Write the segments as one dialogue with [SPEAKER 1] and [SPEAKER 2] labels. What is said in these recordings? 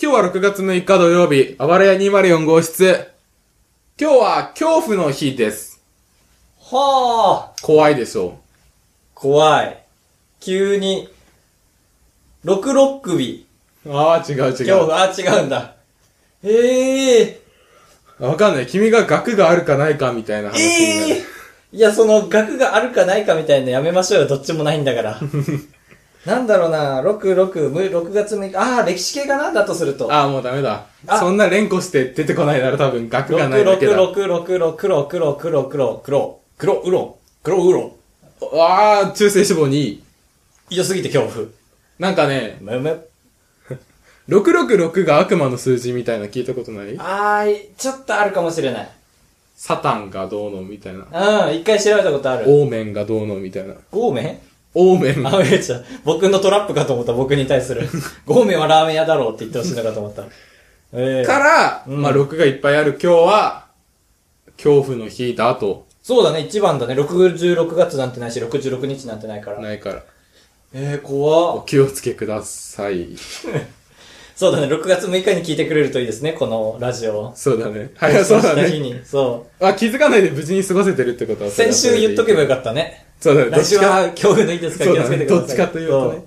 [SPEAKER 1] 今日は6月6日土曜日、あばれや204号室。今日は恐怖の日です。
[SPEAKER 2] はあ
[SPEAKER 1] 怖いでしょ
[SPEAKER 2] 怖い。急に、六六日。
[SPEAKER 1] う。ああ、違う違
[SPEAKER 2] 今日
[SPEAKER 1] う。
[SPEAKER 2] が、あ、違うんだ。ええ
[SPEAKER 1] わかんない。君が学があるかないかみたいな話にな
[SPEAKER 2] え
[SPEAKER 1] る。
[SPEAKER 2] えいや、その、額があるかないかみたいなのやめましょうよ。どっちもないんだから。なんだろうな、6、6、む6月6日、ああ、歴史系かなだとすると。
[SPEAKER 1] ああ、もうダメだ。
[SPEAKER 2] あ
[SPEAKER 1] そんな連呼して出てこないなら多分学がないだけだ。
[SPEAKER 2] 666666黒黒黒黒黒黒うろ黒うろ
[SPEAKER 1] ああ、中性脂肪にいい。
[SPEAKER 2] 良すぎて恐怖
[SPEAKER 1] なんかね、
[SPEAKER 2] むむ
[SPEAKER 1] 666が悪魔の数字みたいな聞いたことない
[SPEAKER 2] あーちょっとあるかもしれない
[SPEAKER 1] サタンがどうのみたいな。
[SPEAKER 2] うん一回調べたことある
[SPEAKER 1] オーメンがどうのみたいな。
[SPEAKER 2] ゴーメ
[SPEAKER 1] オーメン
[SPEAKER 2] ン
[SPEAKER 1] が
[SPEAKER 2] あめちゃん僕のトラップかと思った僕に対す るゴーメンはラーメン屋だろうって言ってほしいのかと思ったええ
[SPEAKER 1] から、
[SPEAKER 2] うん
[SPEAKER 1] まあ、6がいっぱいある今日は、恐怖の日だと、
[SPEAKER 2] そうだね一番だね66月なんてないし66日なんてないから
[SPEAKER 1] ないから、
[SPEAKER 2] えー、怖
[SPEAKER 1] お
[SPEAKER 2] っ
[SPEAKER 1] 気をつけください。
[SPEAKER 2] そうだね6月6日に聞いてくれるといいですねこのラジオを
[SPEAKER 1] そうだね。はい、そうだ
[SPEAKER 2] した日
[SPEAKER 1] ね。
[SPEAKER 2] にそう
[SPEAKER 1] あ、気づかないで無事に過ごせてるってことは
[SPEAKER 2] 先週言っとけばよ
[SPEAKER 1] かっ
[SPEAKER 2] かったね。
[SPEAKER 1] た。そうだね。どっ
[SPEAKER 2] 来週
[SPEAKER 1] ちか、
[SPEAKER 2] は恐怖の日ですから
[SPEAKER 1] そう
[SPEAKER 2] 気を
[SPEAKER 1] だ
[SPEAKER 2] つけ
[SPEAKER 1] ね。
[SPEAKER 2] てくださ
[SPEAKER 1] ど
[SPEAKER 2] い。
[SPEAKER 1] っちかというとね。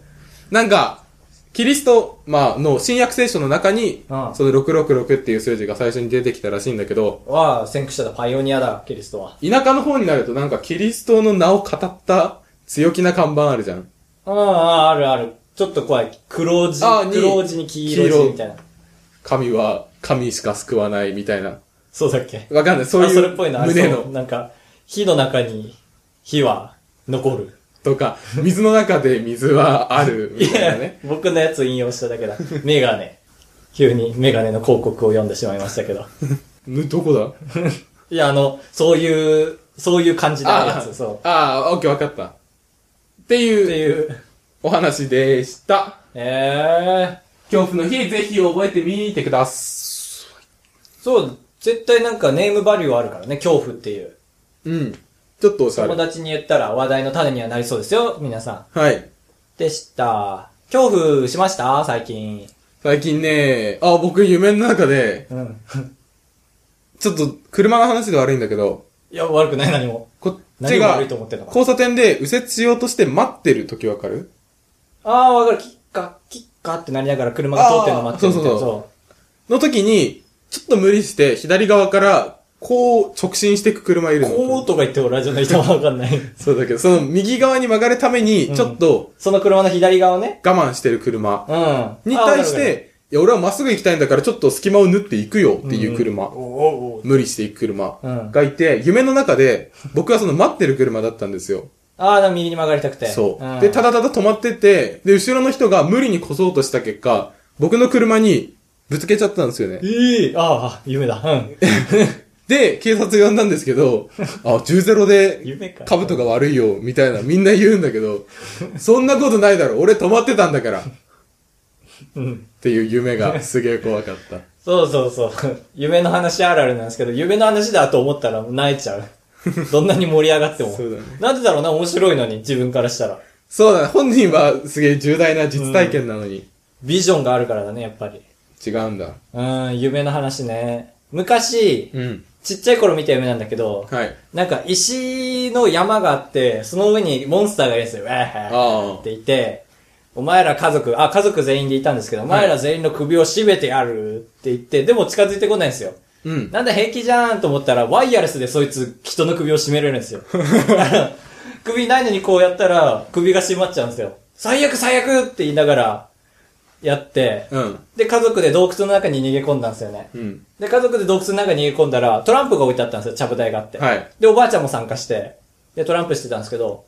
[SPEAKER 1] なんか、キリスト、まあ、の、新約聖書の中に、
[SPEAKER 2] ああ
[SPEAKER 1] その666っていう数字が最初に出てきたらしいんだけど、
[SPEAKER 2] そう。わあ、先駆者だ、パイオニアだ、キリストは。
[SPEAKER 1] 田舎の方になるとなんかキリストの名を語った強気な看板あるじゃん。
[SPEAKER 2] ああ、あるある。ちょっと怖い。黒字、
[SPEAKER 1] ああに
[SPEAKER 2] 黒字に黄色字みたいな。
[SPEAKER 1] 神は神しか救わないみたいな。
[SPEAKER 2] そうだっけ
[SPEAKER 1] わかんない。そう
[SPEAKER 2] あ
[SPEAKER 1] い
[SPEAKER 2] それ
[SPEAKER 1] う
[SPEAKER 2] っぽいのあり
[SPEAKER 1] 胸
[SPEAKER 2] そう
[SPEAKER 1] の
[SPEAKER 2] なんか、火の中に火は残る。
[SPEAKER 1] とか、水の中で水はあるみたいなね。
[SPEAKER 2] 僕のやつ引用しただけだ。メガネ。急にメガネの広告を読んでしまいましたけど。
[SPEAKER 1] ぬどこだ
[SPEAKER 2] いや、あの、そういう、そういう感じのやつ、そう。
[SPEAKER 1] ああ、オッケーわかった。って
[SPEAKER 2] って
[SPEAKER 1] いう
[SPEAKER 2] いう。
[SPEAKER 1] お話でした。
[SPEAKER 2] ええー。
[SPEAKER 1] 恐怖の日、ぜひ覚えてみてくださ
[SPEAKER 2] そう、絶対なんかネームバリューはあるからね、恐怖っていう。
[SPEAKER 1] い。うん。ちょっとおしゃ
[SPEAKER 2] 友
[SPEAKER 1] れ。
[SPEAKER 2] 達に言ったら話題の種にはなりそうですよ、皆さん。
[SPEAKER 1] はい。
[SPEAKER 2] でした。恐怖しました最近。
[SPEAKER 1] 最近ね、あ、僕夢の中で、
[SPEAKER 2] うん。
[SPEAKER 1] ちょっと車の話で悪いんだけど、
[SPEAKER 2] いや、悪くない何も。
[SPEAKER 1] こっち
[SPEAKER 2] 何が
[SPEAKER 1] が
[SPEAKER 2] 悪いと思ってるのか。
[SPEAKER 1] 交差点で右折しようとして待ってる時わかる
[SPEAKER 2] あー、わかる。キッカ、キッカってなりながら車が通ってるの待ってるみたい
[SPEAKER 1] あー
[SPEAKER 2] な。
[SPEAKER 1] そう
[SPEAKER 2] そ。
[SPEAKER 1] の時に、ちょっと無理して左側からこう直進していく車いうるの。
[SPEAKER 2] こうとか言ってもラジオの人はわかんない。
[SPEAKER 1] そうだけど、その右側に曲がるため
[SPEAKER 2] う
[SPEAKER 1] に、
[SPEAKER 2] ん
[SPEAKER 1] ちょっと
[SPEAKER 2] その車の左側ね。
[SPEAKER 1] 我慢してる車
[SPEAKER 2] うん。
[SPEAKER 1] に対し
[SPEAKER 2] あー、わかるわかる
[SPEAKER 1] て、いや、俺はまっすぐ行きたいんだから、ちょっと隙間を縫っていくよっていう
[SPEAKER 2] うん
[SPEAKER 1] 車。
[SPEAKER 2] おーおーおー
[SPEAKER 1] 無理していく車
[SPEAKER 2] うん
[SPEAKER 1] がいて、夢の中で、僕はその待ってる車だったんですよ。
[SPEAKER 2] あー、でも右に曲がりたくて。
[SPEAKER 1] そう。
[SPEAKER 2] ん
[SPEAKER 1] で、ただただ止まってて、で、後ろの人が無理にこそうとした結果、僕の車にぶつけちゃったんですよね。
[SPEAKER 2] ええああ、夢だ。うん。
[SPEAKER 1] で、警察呼んだんですけ ど、あ、10-0で、
[SPEAKER 2] 夢か。
[SPEAKER 1] 株とか悪いよ、みたいな、みんな言うんだけど、そんなことないだろ、俺止まってたんだから、っ
[SPEAKER 2] うん。
[SPEAKER 1] ていう夢がすげえ怖かった。
[SPEAKER 2] そうそう そう。夢の話あるあるなんですけど、夢の話だと思ったら泣いちゃう。 どんなに盛り上がっても。
[SPEAKER 1] そうだね
[SPEAKER 2] なんでだろうな、面白いのに、自分からしたら。
[SPEAKER 1] そうだね、本人はすげえ重大な実体験なのに、
[SPEAKER 2] ビジョンがあるからだね、やっぱり。
[SPEAKER 1] 違うんだ。
[SPEAKER 2] うん、夢の話ね。昔、
[SPEAKER 1] うん。
[SPEAKER 2] ちっちゃい頃見た夢なんだけど、
[SPEAKER 1] はい。
[SPEAKER 2] なんか石の山があって、その上にモンスターがいるんですよ。わーは
[SPEAKER 1] あ
[SPEAKER 2] ーっていて、お前ら家族、あ、家族全員でいたんですけど、お前ら全員の首を絞めてやるって言って、でも近づいてこないんですよ。
[SPEAKER 1] あ。うん。
[SPEAKER 2] なんだ平気じゃんと思ったら、ワイヤレスでそいつ人の首を絞めれる んですよ。首ないのにこうやったら、首が締まっちゃうんですよ。最悪最悪って言いながら、やって、
[SPEAKER 1] うん。
[SPEAKER 2] で、家族で洞窟の中に逃げ込んだんですよね。
[SPEAKER 1] うん。
[SPEAKER 2] で、家族で洞窟の中に逃げ込んだら、トランプが置いてあったんですよ、ちゃぶ台があって。
[SPEAKER 1] はい。
[SPEAKER 2] で、おばあちゃんも参加して、で、トランプしてたんですけど、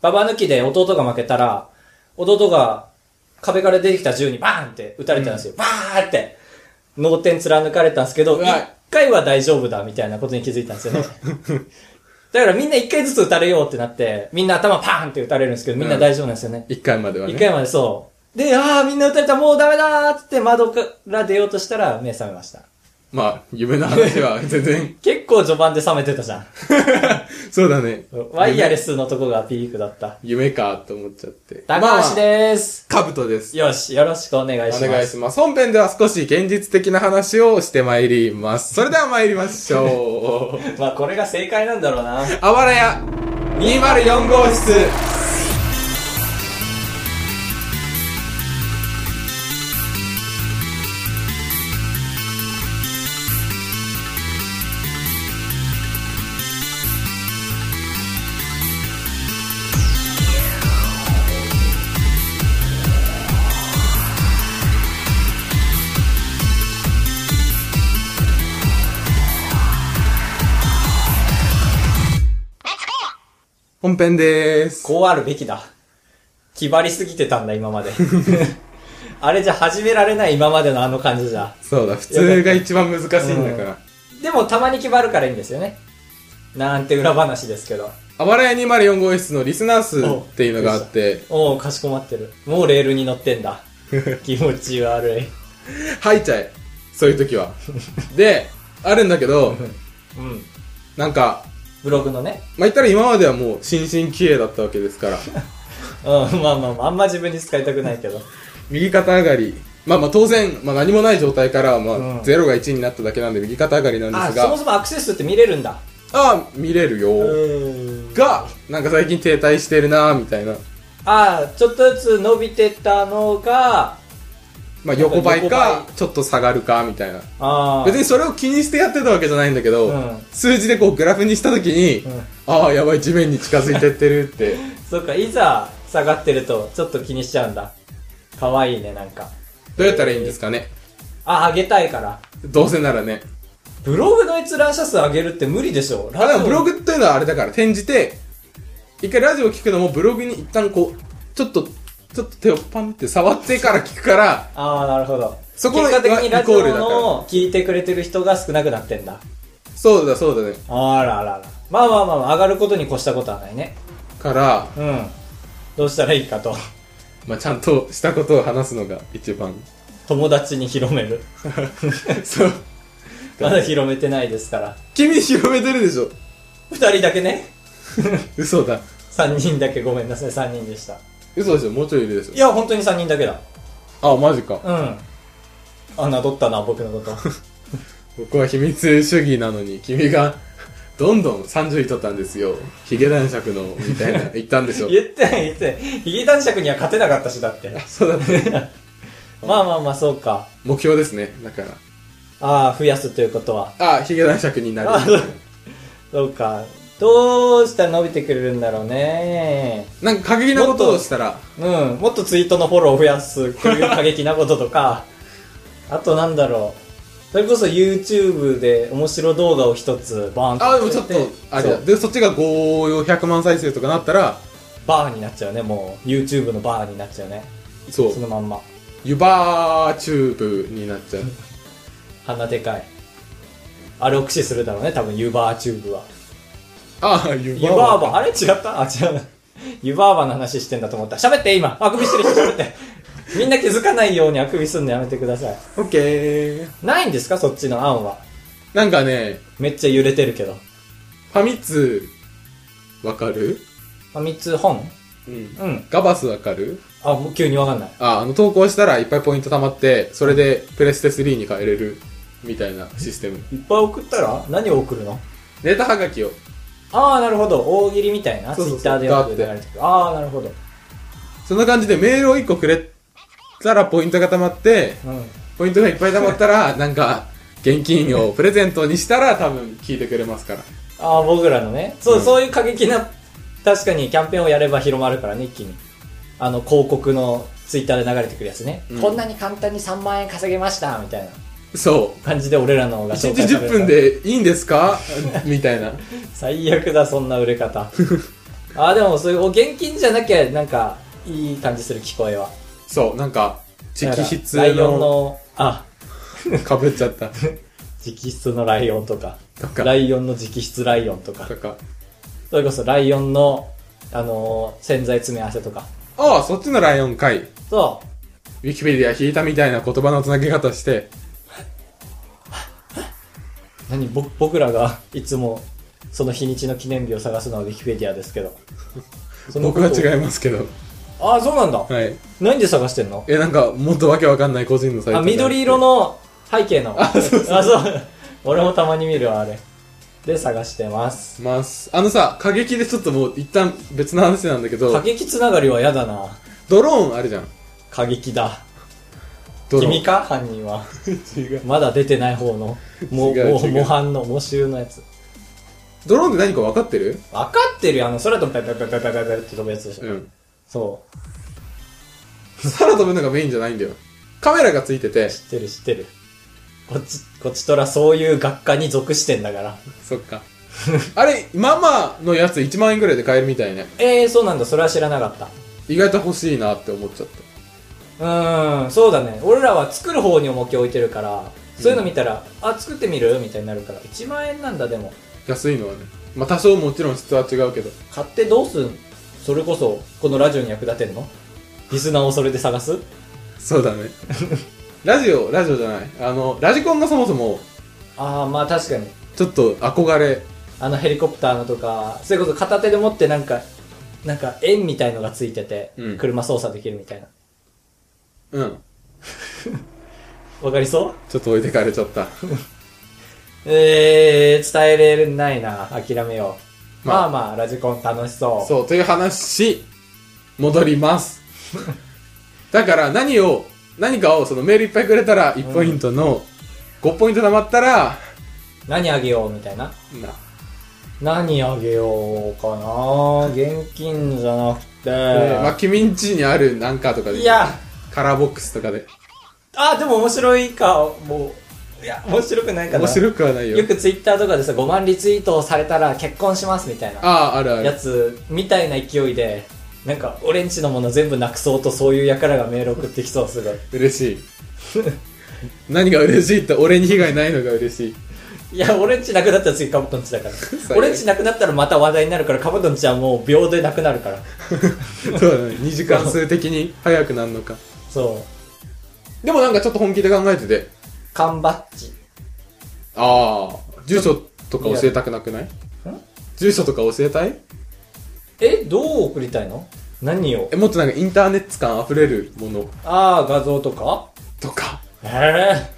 [SPEAKER 2] ババ抜きで弟が負けたら、弟が壁から出てきた銃にバーンって撃たれたんですよ。バーンって。脳天貫かれたんですけど、
[SPEAKER 1] う
[SPEAKER 2] 一
[SPEAKER 1] わ
[SPEAKER 2] 回は大丈夫だ、みたいなことに気づいたんですよね。だからみんな一回ずつ撃たれようってなって、みんな頭パーンって撃たれるんですけど、みんな大丈夫なんですよね。
[SPEAKER 1] 一回までは
[SPEAKER 2] 一
[SPEAKER 1] ね。
[SPEAKER 2] 回までそう。で、ああ、みんな撃たれた、もうダメだーっつって窓から出ようとしたら目覚めました。
[SPEAKER 1] まあ、夢の話は全 然、
[SPEAKER 2] 結構序盤で冷めてたじゃん。
[SPEAKER 1] そうだね。
[SPEAKER 2] ワイヤレスのとこがピークだった。
[SPEAKER 1] 夢かと思っちゃって。
[SPEAKER 2] 高橋です、
[SPEAKER 1] まあ、カブトです。
[SPEAKER 2] よし、よろしくお願い
[SPEAKER 1] お
[SPEAKER 2] します。
[SPEAKER 1] 願いします。本編では少し現実的な話をしてまいります。それでは参りましょ う。
[SPEAKER 2] まあ、これが正解なんだろうな。
[SPEAKER 1] あばらや204号室。本編でーす。
[SPEAKER 2] こうあるべきだ。気張りすぎてたんだ、今まで。 あれじゃ始められない今までのあの感じじゃ。
[SPEAKER 1] そうだ、普通が一番難しいんだから。
[SPEAKER 2] でもたまに気張るからいいんですよね。なんて裏話ですけど。
[SPEAKER 1] あばらや204号室のリスナー数っていうのがあって、
[SPEAKER 2] おお、かしこまってる。もうレールに乗って んだ。気持ち悪い。
[SPEAKER 1] 吐いちゃえ。そういう時 は。で、あるんだけ ど、
[SPEAKER 2] うん。
[SPEAKER 1] なんか、
[SPEAKER 2] ブログのね。
[SPEAKER 1] まあ、言ったら今まではもう新進気鋭だったわけです から、
[SPEAKER 2] うん、まあまあまあ、あんま自分に使いたくないけど。
[SPEAKER 1] 右肩上がり、まあまあ当然、まあ何もない状態からは
[SPEAKER 2] う
[SPEAKER 1] ま
[SPEAKER 2] ん
[SPEAKER 1] あ0が1になっただけなんで右肩上がりなん
[SPEAKER 2] あ、
[SPEAKER 1] です
[SPEAKER 2] そも
[SPEAKER 1] が、
[SPEAKER 2] そもアクセス数って見れるんだ。
[SPEAKER 1] ああ、見れる
[SPEAKER 2] う
[SPEAKER 1] よ。
[SPEAKER 2] ーん。
[SPEAKER 1] が、なんか最近停滞してるなーみたいな。
[SPEAKER 2] あー、ちょっとずつ伸びてったのが、
[SPEAKER 1] まあ横ばい
[SPEAKER 2] なんか横
[SPEAKER 1] か、ちょっと下がるかみたいな。
[SPEAKER 2] あー。
[SPEAKER 1] 別にそれを気にしてやってたわけじゃないんだけど、
[SPEAKER 2] うん
[SPEAKER 1] 数字でこうグラフにした時に、
[SPEAKER 2] うん
[SPEAKER 1] ああ、やばい、地面に近づいてってるっ て。
[SPEAKER 2] そっか、いざ下がってると、ちょっと気にしちゃうんだ。かわいいね、なんか。
[SPEAKER 1] どうやったらいいんですかね。
[SPEAKER 2] あ、上げたいから。
[SPEAKER 1] どうせならね。
[SPEAKER 2] ブログの閲覧者数上げるって無理でしょ。
[SPEAKER 1] あでもブロ
[SPEAKER 2] グ
[SPEAKER 1] グっていうのはあれだから転じて一回ラジオ聞くのもブログに一旦こうちょっとちょっと手をパンって触ってから聞くから
[SPEAKER 2] ああ、なるほど。
[SPEAKER 1] そこの
[SPEAKER 2] 結果的にラジ
[SPEAKER 1] イコールだ
[SPEAKER 2] オ
[SPEAKER 1] から
[SPEAKER 2] の聞いてくれてる人が少なくなってんだ。
[SPEAKER 1] そうだそうだね
[SPEAKER 2] あらあらあら。まあまあまあまあ、上がることに越したことはないね。
[SPEAKER 1] から、
[SPEAKER 2] うん。どうしたらいいかと。
[SPEAKER 1] まあ、ちゃんとしたことを話すのが一番
[SPEAKER 2] 友達に広める。
[SPEAKER 1] そう
[SPEAKER 2] まだ広めてないですから。
[SPEAKER 1] 君広めてるでしょ
[SPEAKER 2] 二人だけね。
[SPEAKER 1] 嘘だ
[SPEAKER 2] 三人だけごめんなさい、三人でした。
[SPEAKER 1] 嘘でしょもうちょいいるでし
[SPEAKER 2] いや、本当に三人だけだ。
[SPEAKER 1] ょあマジか
[SPEAKER 2] うん。侮ったな、僕のこと。
[SPEAKER 1] 僕は秘密主義なのに君がどんどん30位取ったんですよヒゲ男爵のみたい な言ったんでしょ
[SPEAKER 2] 言ってない言ってない。ヒゲ男爵には勝てなかったし、だって。
[SPEAKER 1] そうだね
[SPEAKER 2] まあまあまあ、そうか。
[SPEAKER 1] 目標ですねだから
[SPEAKER 2] ああ、増やすということは。
[SPEAKER 1] あヒゲ男爵にな
[SPEAKER 2] あ
[SPEAKER 1] る
[SPEAKER 2] そうか。どうしたら伸びてくれるんだろうね。
[SPEAKER 1] なんか過激なことをしたら、
[SPEAKER 2] うん。もっとツイートのフォローを増やす、こういう過激なこととか。 あとなんだろう。それこそ YouTube で面白動画を一つバーン
[SPEAKER 1] あ、でもちょっと
[SPEAKER 2] 載せて、
[SPEAKER 1] あれ
[SPEAKER 2] そ
[SPEAKER 1] だ。
[SPEAKER 2] う
[SPEAKER 1] で、そっちが500万再生とかなったら、
[SPEAKER 2] バーになっちゃうね、もう。YouTube のバーになっちゃうね。
[SPEAKER 1] そ、
[SPEAKER 2] そうのまんま。
[SPEAKER 1] ユバーチューブになっちゃう。
[SPEAKER 2] 鼻でかい。あれを駆使するだろうね、多分ユーバーチューブは。
[SPEAKER 1] あ、ユ
[SPEAKER 2] 湯婆婆、あれ違ったあ、違うな。湯婆婆の話してんだと思った。喋って、今。あくびしてる人喋って。みんな気づかないようにあくびすんのやめてください。
[SPEAKER 1] オッケー。
[SPEAKER 2] ないんですかそっちの案は。
[SPEAKER 1] なんかね、
[SPEAKER 2] めっちゃ揺れてるけど。
[SPEAKER 1] ファミツ、わかる
[SPEAKER 2] あ、三つ本
[SPEAKER 1] うん。
[SPEAKER 2] うん。
[SPEAKER 1] ガバスわかる
[SPEAKER 2] あ、もう急にわかんない。
[SPEAKER 1] あ、あの、投稿したらいっぱいポイント貯まって、それでプレステ3に変えれる、みたいなシステム。
[SPEAKER 2] いっぱい送ったら何を送るの
[SPEAKER 1] ネタはがきを。
[SPEAKER 2] ああ、なるほど。大喜利みたいな。ツイ
[SPEAKER 1] そうそうそう
[SPEAKER 2] ッターでよく流れてくる。ああ、なるほど。
[SPEAKER 1] そんな感じでメールを1個くれたらポイントが貯まって、
[SPEAKER 2] うん。
[SPEAKER 1] ポイントがいっぱい貯まったら、なんか、現金をプレゼントにしたら多分聞いてくれますから。
[SPEAKER 2] ああ、僕らのね。そ
[SPEAKER 1] う
[SPEAKER 2] う、
[SPEAKER 1] ん
[SPEAKER 2] そういう過激な、確かにキャンペーンをやれば広まるからね、一気に。あの、広告のツイッターで流れてくるやつね。
[SPEAKER 1] うん
[SPEAKER 2] こんなに簡単に3万円稼げました、みたいな
[SPEAKER 1] そ
[SPEAKER 2] 感じで俺らの
[SPEAKER 1] う。
[SPEAKER 2] が
[SPEAKER 1] 1
[SPEAKER 2] 紹
[SPEAKER 1] 日
[SPEAKER 2] 介さ
[SPEAKER 1] 10
[SPEAKER 2] れるから
[SPEAKER 1] 分。でいいんです かみたいな。
[SPEAKER 2] 最悪だ、そんな売れ方。 ああ、でもそういう、お現金じゃなきゃ、なんか、いい感じする聞こえは。
[SPEAKER 1] そう、なんか、直
[SPEAKER 2] だから
[SPEAKER 1] 筆
[SPEAKER 2] ライオン
[SPEAKER 1] の、
[SPEAKER 2] の、あ、
[SPEAKER 1] かぶっちゃった。
[SPEAKER 2] 直筆のライオンとか。
[SPEAKER 1] とか、
[SPEAKER 2] ライオンの直筆ライオンとか
[SPEAKER 1] と。か。
[SPEAKER 2] それこそライオンの、あのー洗剤詰め合わせとか。
[SPEAKER 1] ああ、そっちのライオンかい。ウ
[SPEAKER 2] そう。
[SPEAKER 1] ィキペディア引いたみたいな言葉のつなぎ方して、
[SPEAKER 2] 何ぼ僕らがいつもその日にちの記念日を探すのはウィキペディアです けど。そのこ
[SPEAKER 1] 僕
[SPEAKER 2] と
[SPEAKER 1] は違いますけど。
[SPEAKER 2] ああ、そうなんだ。
[SPEAKER 1] はい。
[SPEAKER 2] 何で探してんの
[SPEAKER 1] え、なんか、もっとわけわかんない個人のサイト
[SPEAKER 2] あ、
[SPEAKER 1] がって
[SPEAKER 2] 緑色。の背景の。あ、そうそう。俺もたまに見るわ、あれ。で探してます。
[SPEAKER 1] ます。あのさ、過激でちょっともう一旦別の話なんだけ
[SPEAKER 2] 過
[SPEAKER 1] ど、
[SPEAKER 2] 激つながりは嫌だな。
[SPEAKER 1] ドローンあるじゃん。
[SPEAKER 2] 過激だ。
[SPEAKER 1] ドローン。
[SPEAKER 2] 君か犯人は。
[SPEAKER 1] 違う
[SPEAKER 2] まだ出てない方の。もう、
[SPEAKER 1] 違う
[SPEAKER 2] もう、
[SPEAKER 1] 違う
[SPEAKER 2] 模範の、模習のやつ。
[SPEAKER 1] ドローンって何か分かってる
[SPEAKER 2] 分かってるよ、あの、空とペペペペペペペって飛ぶやつでしょ。
[SPEAKER 1] うん。
[SPEAKER 2] そ
[SPEAKER 1] 空飛ぶのがメインじゃないんだよ。カメラがついてて
[SPEAKER 2] う。、知ってる、知ってる。こっち、こっちとらそういう学科に属してんだから。
[SPEAKER 1] そっか。 あれ、ママのやつ1万円ぐらいで買えるみたいね。
[SPEAKER 2] えー、そうなんだ、それは知らなかった。
[SPEAKER 1] 意外と欲しいなって思っちゃっ
[SPEAKER 2] うーん、そうだね。俺らは作る方に重きを置いてるから、そういうの見たら、あ、作ってみるみたいになるから。1万円なんだ、でも。
[SPEAKER 1] た。安いのはね。まあ多少もちろん質は違うけど。
[SPEAKER 2] 買ってどうすんそれこそ、このラジオに役立てんのリスナーをそれで探す
[SPEAKER 1] そうだね。ラジオ、ラジオじゃない。あの、ラジコンがそもそも、
[SPEAKER 2] ああ、まあ確かに。
[SPEAKER 1] ちょっと憧れ。
[SPEAKER 2] あのヘリコプターのとか、それこそ片手で持ってなんか、なんか円みたいのがついてて、
[SPEAKER 1] うん
[SPEAKER 2] 車操作できるみたいな。
[SPEAKER 1] うん。
[SPEAKER 2] わかりそう
[SPEAKER 1] ちょっと置いてかれちゃった。
[SPEAKER 2] えー、伝えれないな。諦めよう。ま
[SPEAKER 1] ま
[SPEAKER 2] あ
[SPEAKER 1] あ
[SPEAKER 2] まあ、ラジコン楽しそ う。
[SPEAKER 1] そう、という話、戻ります。だから何を、何かをそのメールいっぱいくれたら1ポイントの、5ポイント貯まったら、
[SPEAKER 2] 何あげようみたいな。
[SPEAKER 1] な
[SPEAKER 2] 何あげようかな。現金じゃなくて。
[SPEAKER 1] えーまあ、君んちにあるなんかとかで。
[SPEAKER 2] いや、
[SPEAKER 1] カラーボックスとかで。
[SPEAKER 2] あ、でも面白いか、もう。いや、面白くないかな。
[SPEAKER 1] 面白くはないよ。
[SPEAKER 2] よくツイッターとかでさ、5万リツイートされたら結婚しますみたいな。
[SPEAKER 1] ああ、あるあ
[SPEAKER 2] や
[SPEAKER 1] る。
[SPEAKER 2] つみたいな勢いでなんか俺んちのもの全部なくそうとそういう輩がメール送ってきそうすごい
[SPEAKER 1] 嬉 しい。何が嬉しいって俺に被害ないのが嬉しい。
[SPEAKER 2] いや俺んちなくなったら次カブトンちだから
[SPEAKER 1] 悪
[SPEAKER 2] 俺んちなくなったらまた話題になるからカブトンちはもう秒でなくなるから
[SPEAKER 1] そうだね。2時間数的に早くなるのか。
[SPEAKER 2] そう
[SPEAKER 1] でもなんかちょっと本気で考えてて。
[SPEAKER 2] 缶バッジ
[SPEAKER 1] ああ、住所とか教えたくなくない住所とか教えたい
[SPEAKER 2] えどう送りたいの何を
[SPEAKER 1] え、もっとなんかインターネット感溢れるもの
[SPEAKER 2] ああ画像とか
[SPEAKER 1] とか。
[SPEAKER 2] え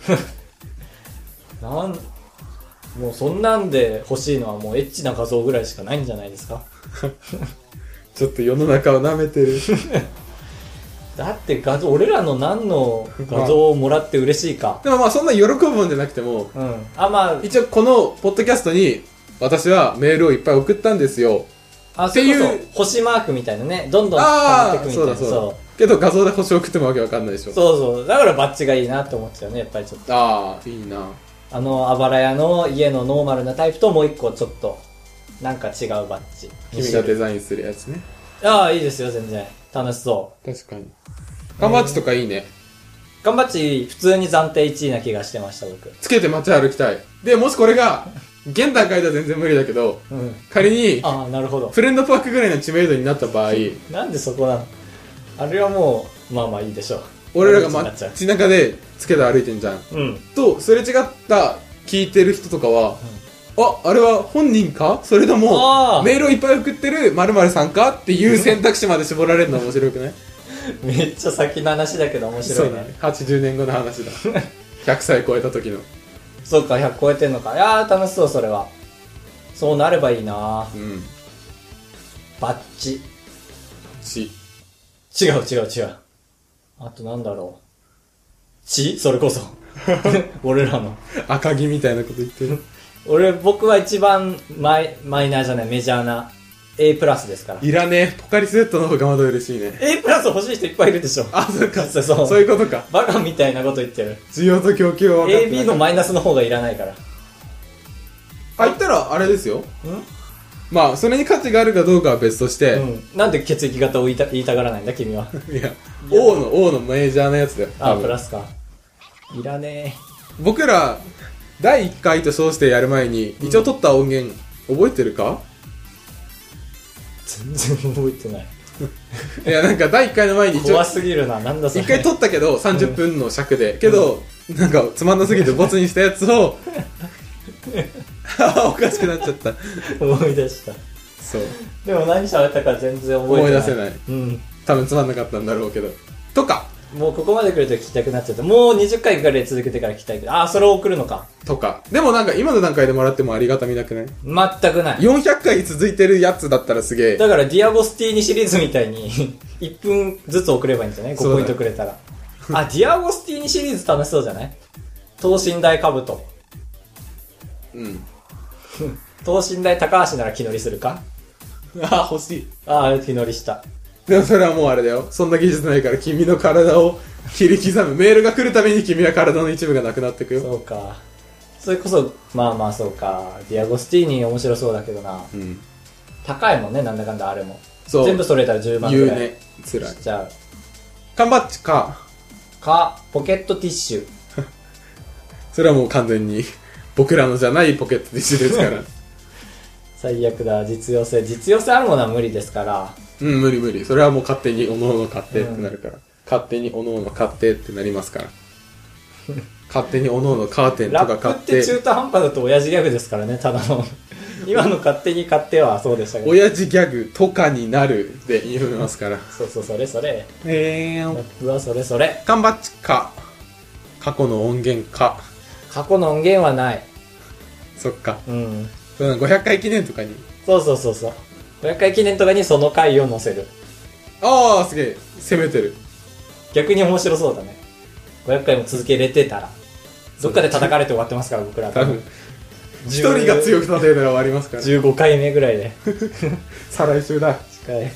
[SPEAKER 2] え なんもうそんなんで欲しいのはもうエッチな画像ぐらいしかないんじゃないですか
[SPEAKER 1] ちょっと世の中を舐めて る。
[SPEAKER 2] だって画像俺らの何の画像をもらって嬉しいか
[SPEAKER 1] でもまあそんな喜ぶもんじゃなくても、
[SPEAKER 2] うん。あ、ま
[SPEAKER 1] 一応このポッドキャストに私はメールをいっぱい送ったんですよ。
[SPEAKER 2] あ、あ、
[SPEAKER 1] っていう
[SPEAKER 2] それこそ星マークみたいなね、どんどん溜まって
[SPEAKER 1] あ
[SPEAKER 2] く
[SPEAKER 1] あ、
[SPEAKER 2] みた
[SPEAKER 1] そ
[SPEAKER 2] いうな。
[SPEAKER 1] だそうだ。けど画像で星を送ってもわけわかんないでしょ。
[SPEAKER 2] そうそうだからバッチがいいなって思っちゃうね、やっぱりちょっと。
[SPEAKER 1] ああ、いいな。
[SPEAKER 2] あの、あばら屋の家のノーマルなタイプともう一個ちょっと、なんか違うバッチ。
[SPEAKER 1] 君がデザインするやつね。
[SPEAKER 2] ああ、いいですよ、全然。楽しそう。
[SPEAKER 1] 確かに。缶バッジとかいいね。
[SPEAKER 2] 缶バッチ、普通に暫定1位な気がしてました、僕。
[SPEAKER 1] つけて街歩きたい。で、もしこれが、現段階では全然無理だけど、
[SPEAKER 2] うん。
[SPEAKER 1] 仮に、
[SPEAKER 2] ああ、なるほど。
[SPEAKER 1] フレンドパークぐらいの知名度になった場合、
[SPEAKER 2] なんでそこなのあれはもう、まあまあいいでしょう。
[SPEAKER 1] 俺らが
[SPEAKER 2] バッチにな
[SPEAKER 1] 街
[SPEAKER 2] っち
[SPEAKER 1] 中でつけて歩いてんじゃん。
[SPEAKER 2] ゃう。うん。
[SPEAKER 1] と、すれ違った聞いてる人とかは、あ、あれは本人かそれと
[SPEAKER 2] あー
[SPEAKER 1] も、メールをいっぱい送ってる〇〇さんかっていう選択肢まで絞られるの面白くない
[SPEAKER 2] めっちゃ先の話だけど面白いね。
[SPEAKER 1] 80年後の話だ。100歳超えた時の。
[SPEAKER 2] そうか、100超えてんのか。いやー、楽しそう、それは。そうなればいいな
[SPEAKER 1] うん。
[SPEAKER 2] バッチ。
[SPEAKER 1] ち。
[SPEAKER 2] 違う、違う、違う。あとなんだろう。血それ こそ。俺らの。
[SPEAKER 1] 赤木みたいなこと言ってる。
[SPEAKER 2] 俺、僕は一番マイ、マイナーじゃない、メジャーな A プラスですから。
[SPEAKER 1] いらねえ。ポカリスエットの方がまだ嬉しいね。
[SPEAKER 2] A プラス欲しい人いっぱいいるでしょ。
[SPEAKER 1] あ、そっか。
[SPEAKER 2] そうそう
[SPEAKER 1] そういうことか。
[SPEAKER 2] バカみたいなこと言ってる。
[SPEAKER 1] 需要と供給は分かってな
[SPEAKER 2] AB
[SPEAKER 1] い
[SPEAKER 2] のマイナスの方がいらないから。ん
[SPEAKER 1] あ、言ったらあれですよ。まあ、それに価値があるかどうかは別として、
[SPEAKER 2] うん。なんで血液型を言いた言いたがらないんだ、君は。
[SPEAKER 1] いや、王の、王のメジャーなやつだよ。
[SPEAKER 2] あ
[SPEAKER 1] 多、分
[SPEAKER 2] プラスか。いらね
[SPEAKER 1] 僕ら、第1回と称してやる前に、一応撮った音源、覚えてる か
[SPEAKER 2] え。全然覚えてない。
[SPEAKER 1] いや、なんか第1回の前に一応
[SPEAKER 2] 怖、すぎるな、なんだそれ。
[SPEAKER 1] 一回撮ったけど、30分の尺で。けど、なんか、つまんなすぎてボツにしたやつを、おかしくなっちゃった。
[SPEAKER 2] 思い出した。
[SPEAKER 1] そう。
[SPEAKER 2] でも何喋ったか全然覚え
[SPEAKER 1] 思い
[SPEAKER 2] てない。
[SPEAKER 1] 出せない。
[SPEAKER 2] うん。
[SPEAKER 1] 多分つまんなかったんだろうけど。とか、
[SPEAKER 2] もうここまで来ると聞きたくなっちゃった。もう20回ぐらい続けてから聞きたいけど。あー、それを送るのか。
[SPEAKER 1] とか。でもなんか今の段階でもらってもありがたみなくない
[SPEAKER 2] 全くない。
[SPEAKER 1] 400回続いてるやつだったらすげえ。
[SPEAKER 2] だから、ディアゴスティーニシリーズみたいに、1分ずつ送ればいいんじゃない
[SPEAKER 1] そう
[SPEAKER 2] ?5
[SPEAKER 1] だ
[SPEAKER 2] ポイ
[SPEAKER 1] ね
[SPEAKER 2] ントくれ たら。あ、ディアゴスティーニシリーズ楽しそうじゃない等身大兜。
[SPEAKER 1] うん。
[SPEAKER 2] 等身大高橋なら気乗りするか
[SPEAKER 1] ああ、欲しい。
[SPEAKER 2] ああ、気乗りした。
[SPEAKER 1] でもそれはもうあれだよ。そんな技術ないから君の体を 切り刻む。メールが来るたびに君は体の一部がなくなってくよ。
[SPEAKER 2] そうか。それこそ、まあまあそうか。ディアゴスティーニ面白そうだけどな。
[SPEAKER 1] うん。
[SPEAKER 2] 高いもんね、なんだかんだあれも。
[SPEAKER 1] そう。
[SPEAKER 2] 全部それたら10万
[SPEAKER 1] 言
[SPEAKER 2] く
[SPEAKER 1] う
[SPEAKER 2] らい。
[SPEAKER 1] ね。辛い
[SPEAKER 2] し。ちゃう。
[SPEAKER 1] 缶バッチか。
[SPEAKER 2] か、ポケットティッシュ。
[SPEAKER 1] それはもう完全に 僕らのじゃないポケットティッシュですから。
[SPEAKER 2] 最悪だ、実用性。実用性あるものは無理ですから。
[SPEAKER 1] うん、無理無理。それはもう勝手におのおの買ってってなるから。勝手におのおの買ってってなりますから。勝手におのおのカーテンと
[SPEAKER 2] ラ
[SPEAKER 1] か
[SPEAKER 2] ップ
[SPEAKER 1] 買
[SPEAKER 2] っ
[SPEAKER 1] ってて、
[SPEAKER 2] 中途半端だと親父ギャグですからね、ただ の。今の勝手に買ってはそうでしたけど。
[SPEAKER 1] 親父ギャグとかになるで言いますから。
[SPEAKER 2] そうそう、それそれ。
[SPEAKER 1] え
[SPEAKER 2] ラッ
[SPEAKER 1] ー、
[SPEAKER 2] プはそれそれ。
[SPEAKER 1] 缶バッチか。過去の音源か。
[SPEAKER 2] 過去の音源はない。
[SPEAKER 1] そっか。
[SPEAKER 2] うん。
[SPEAKER 1] そうだ500回記念とかに。
[SPEAKER 2] そうそうそうそう。500回記念とかにその回を載せる。
[SPEAKER 1] ああ、すげえ。攻めてる。
[SPEAKER 2] 逆に面白そうだね。500回も続けれてたら。どっかで叩かれて終わってますから、僕ら。
[SPEAKER 1] 多分。一
[SPEAKER 2] 10
[SPEAKER 1] 人が強く立てたら終わりますから。
[SPEAKER 2] 15回目ぐらいで。
[SPEAKER 1] 再来週だ。
[SPEAKER 2] 近い。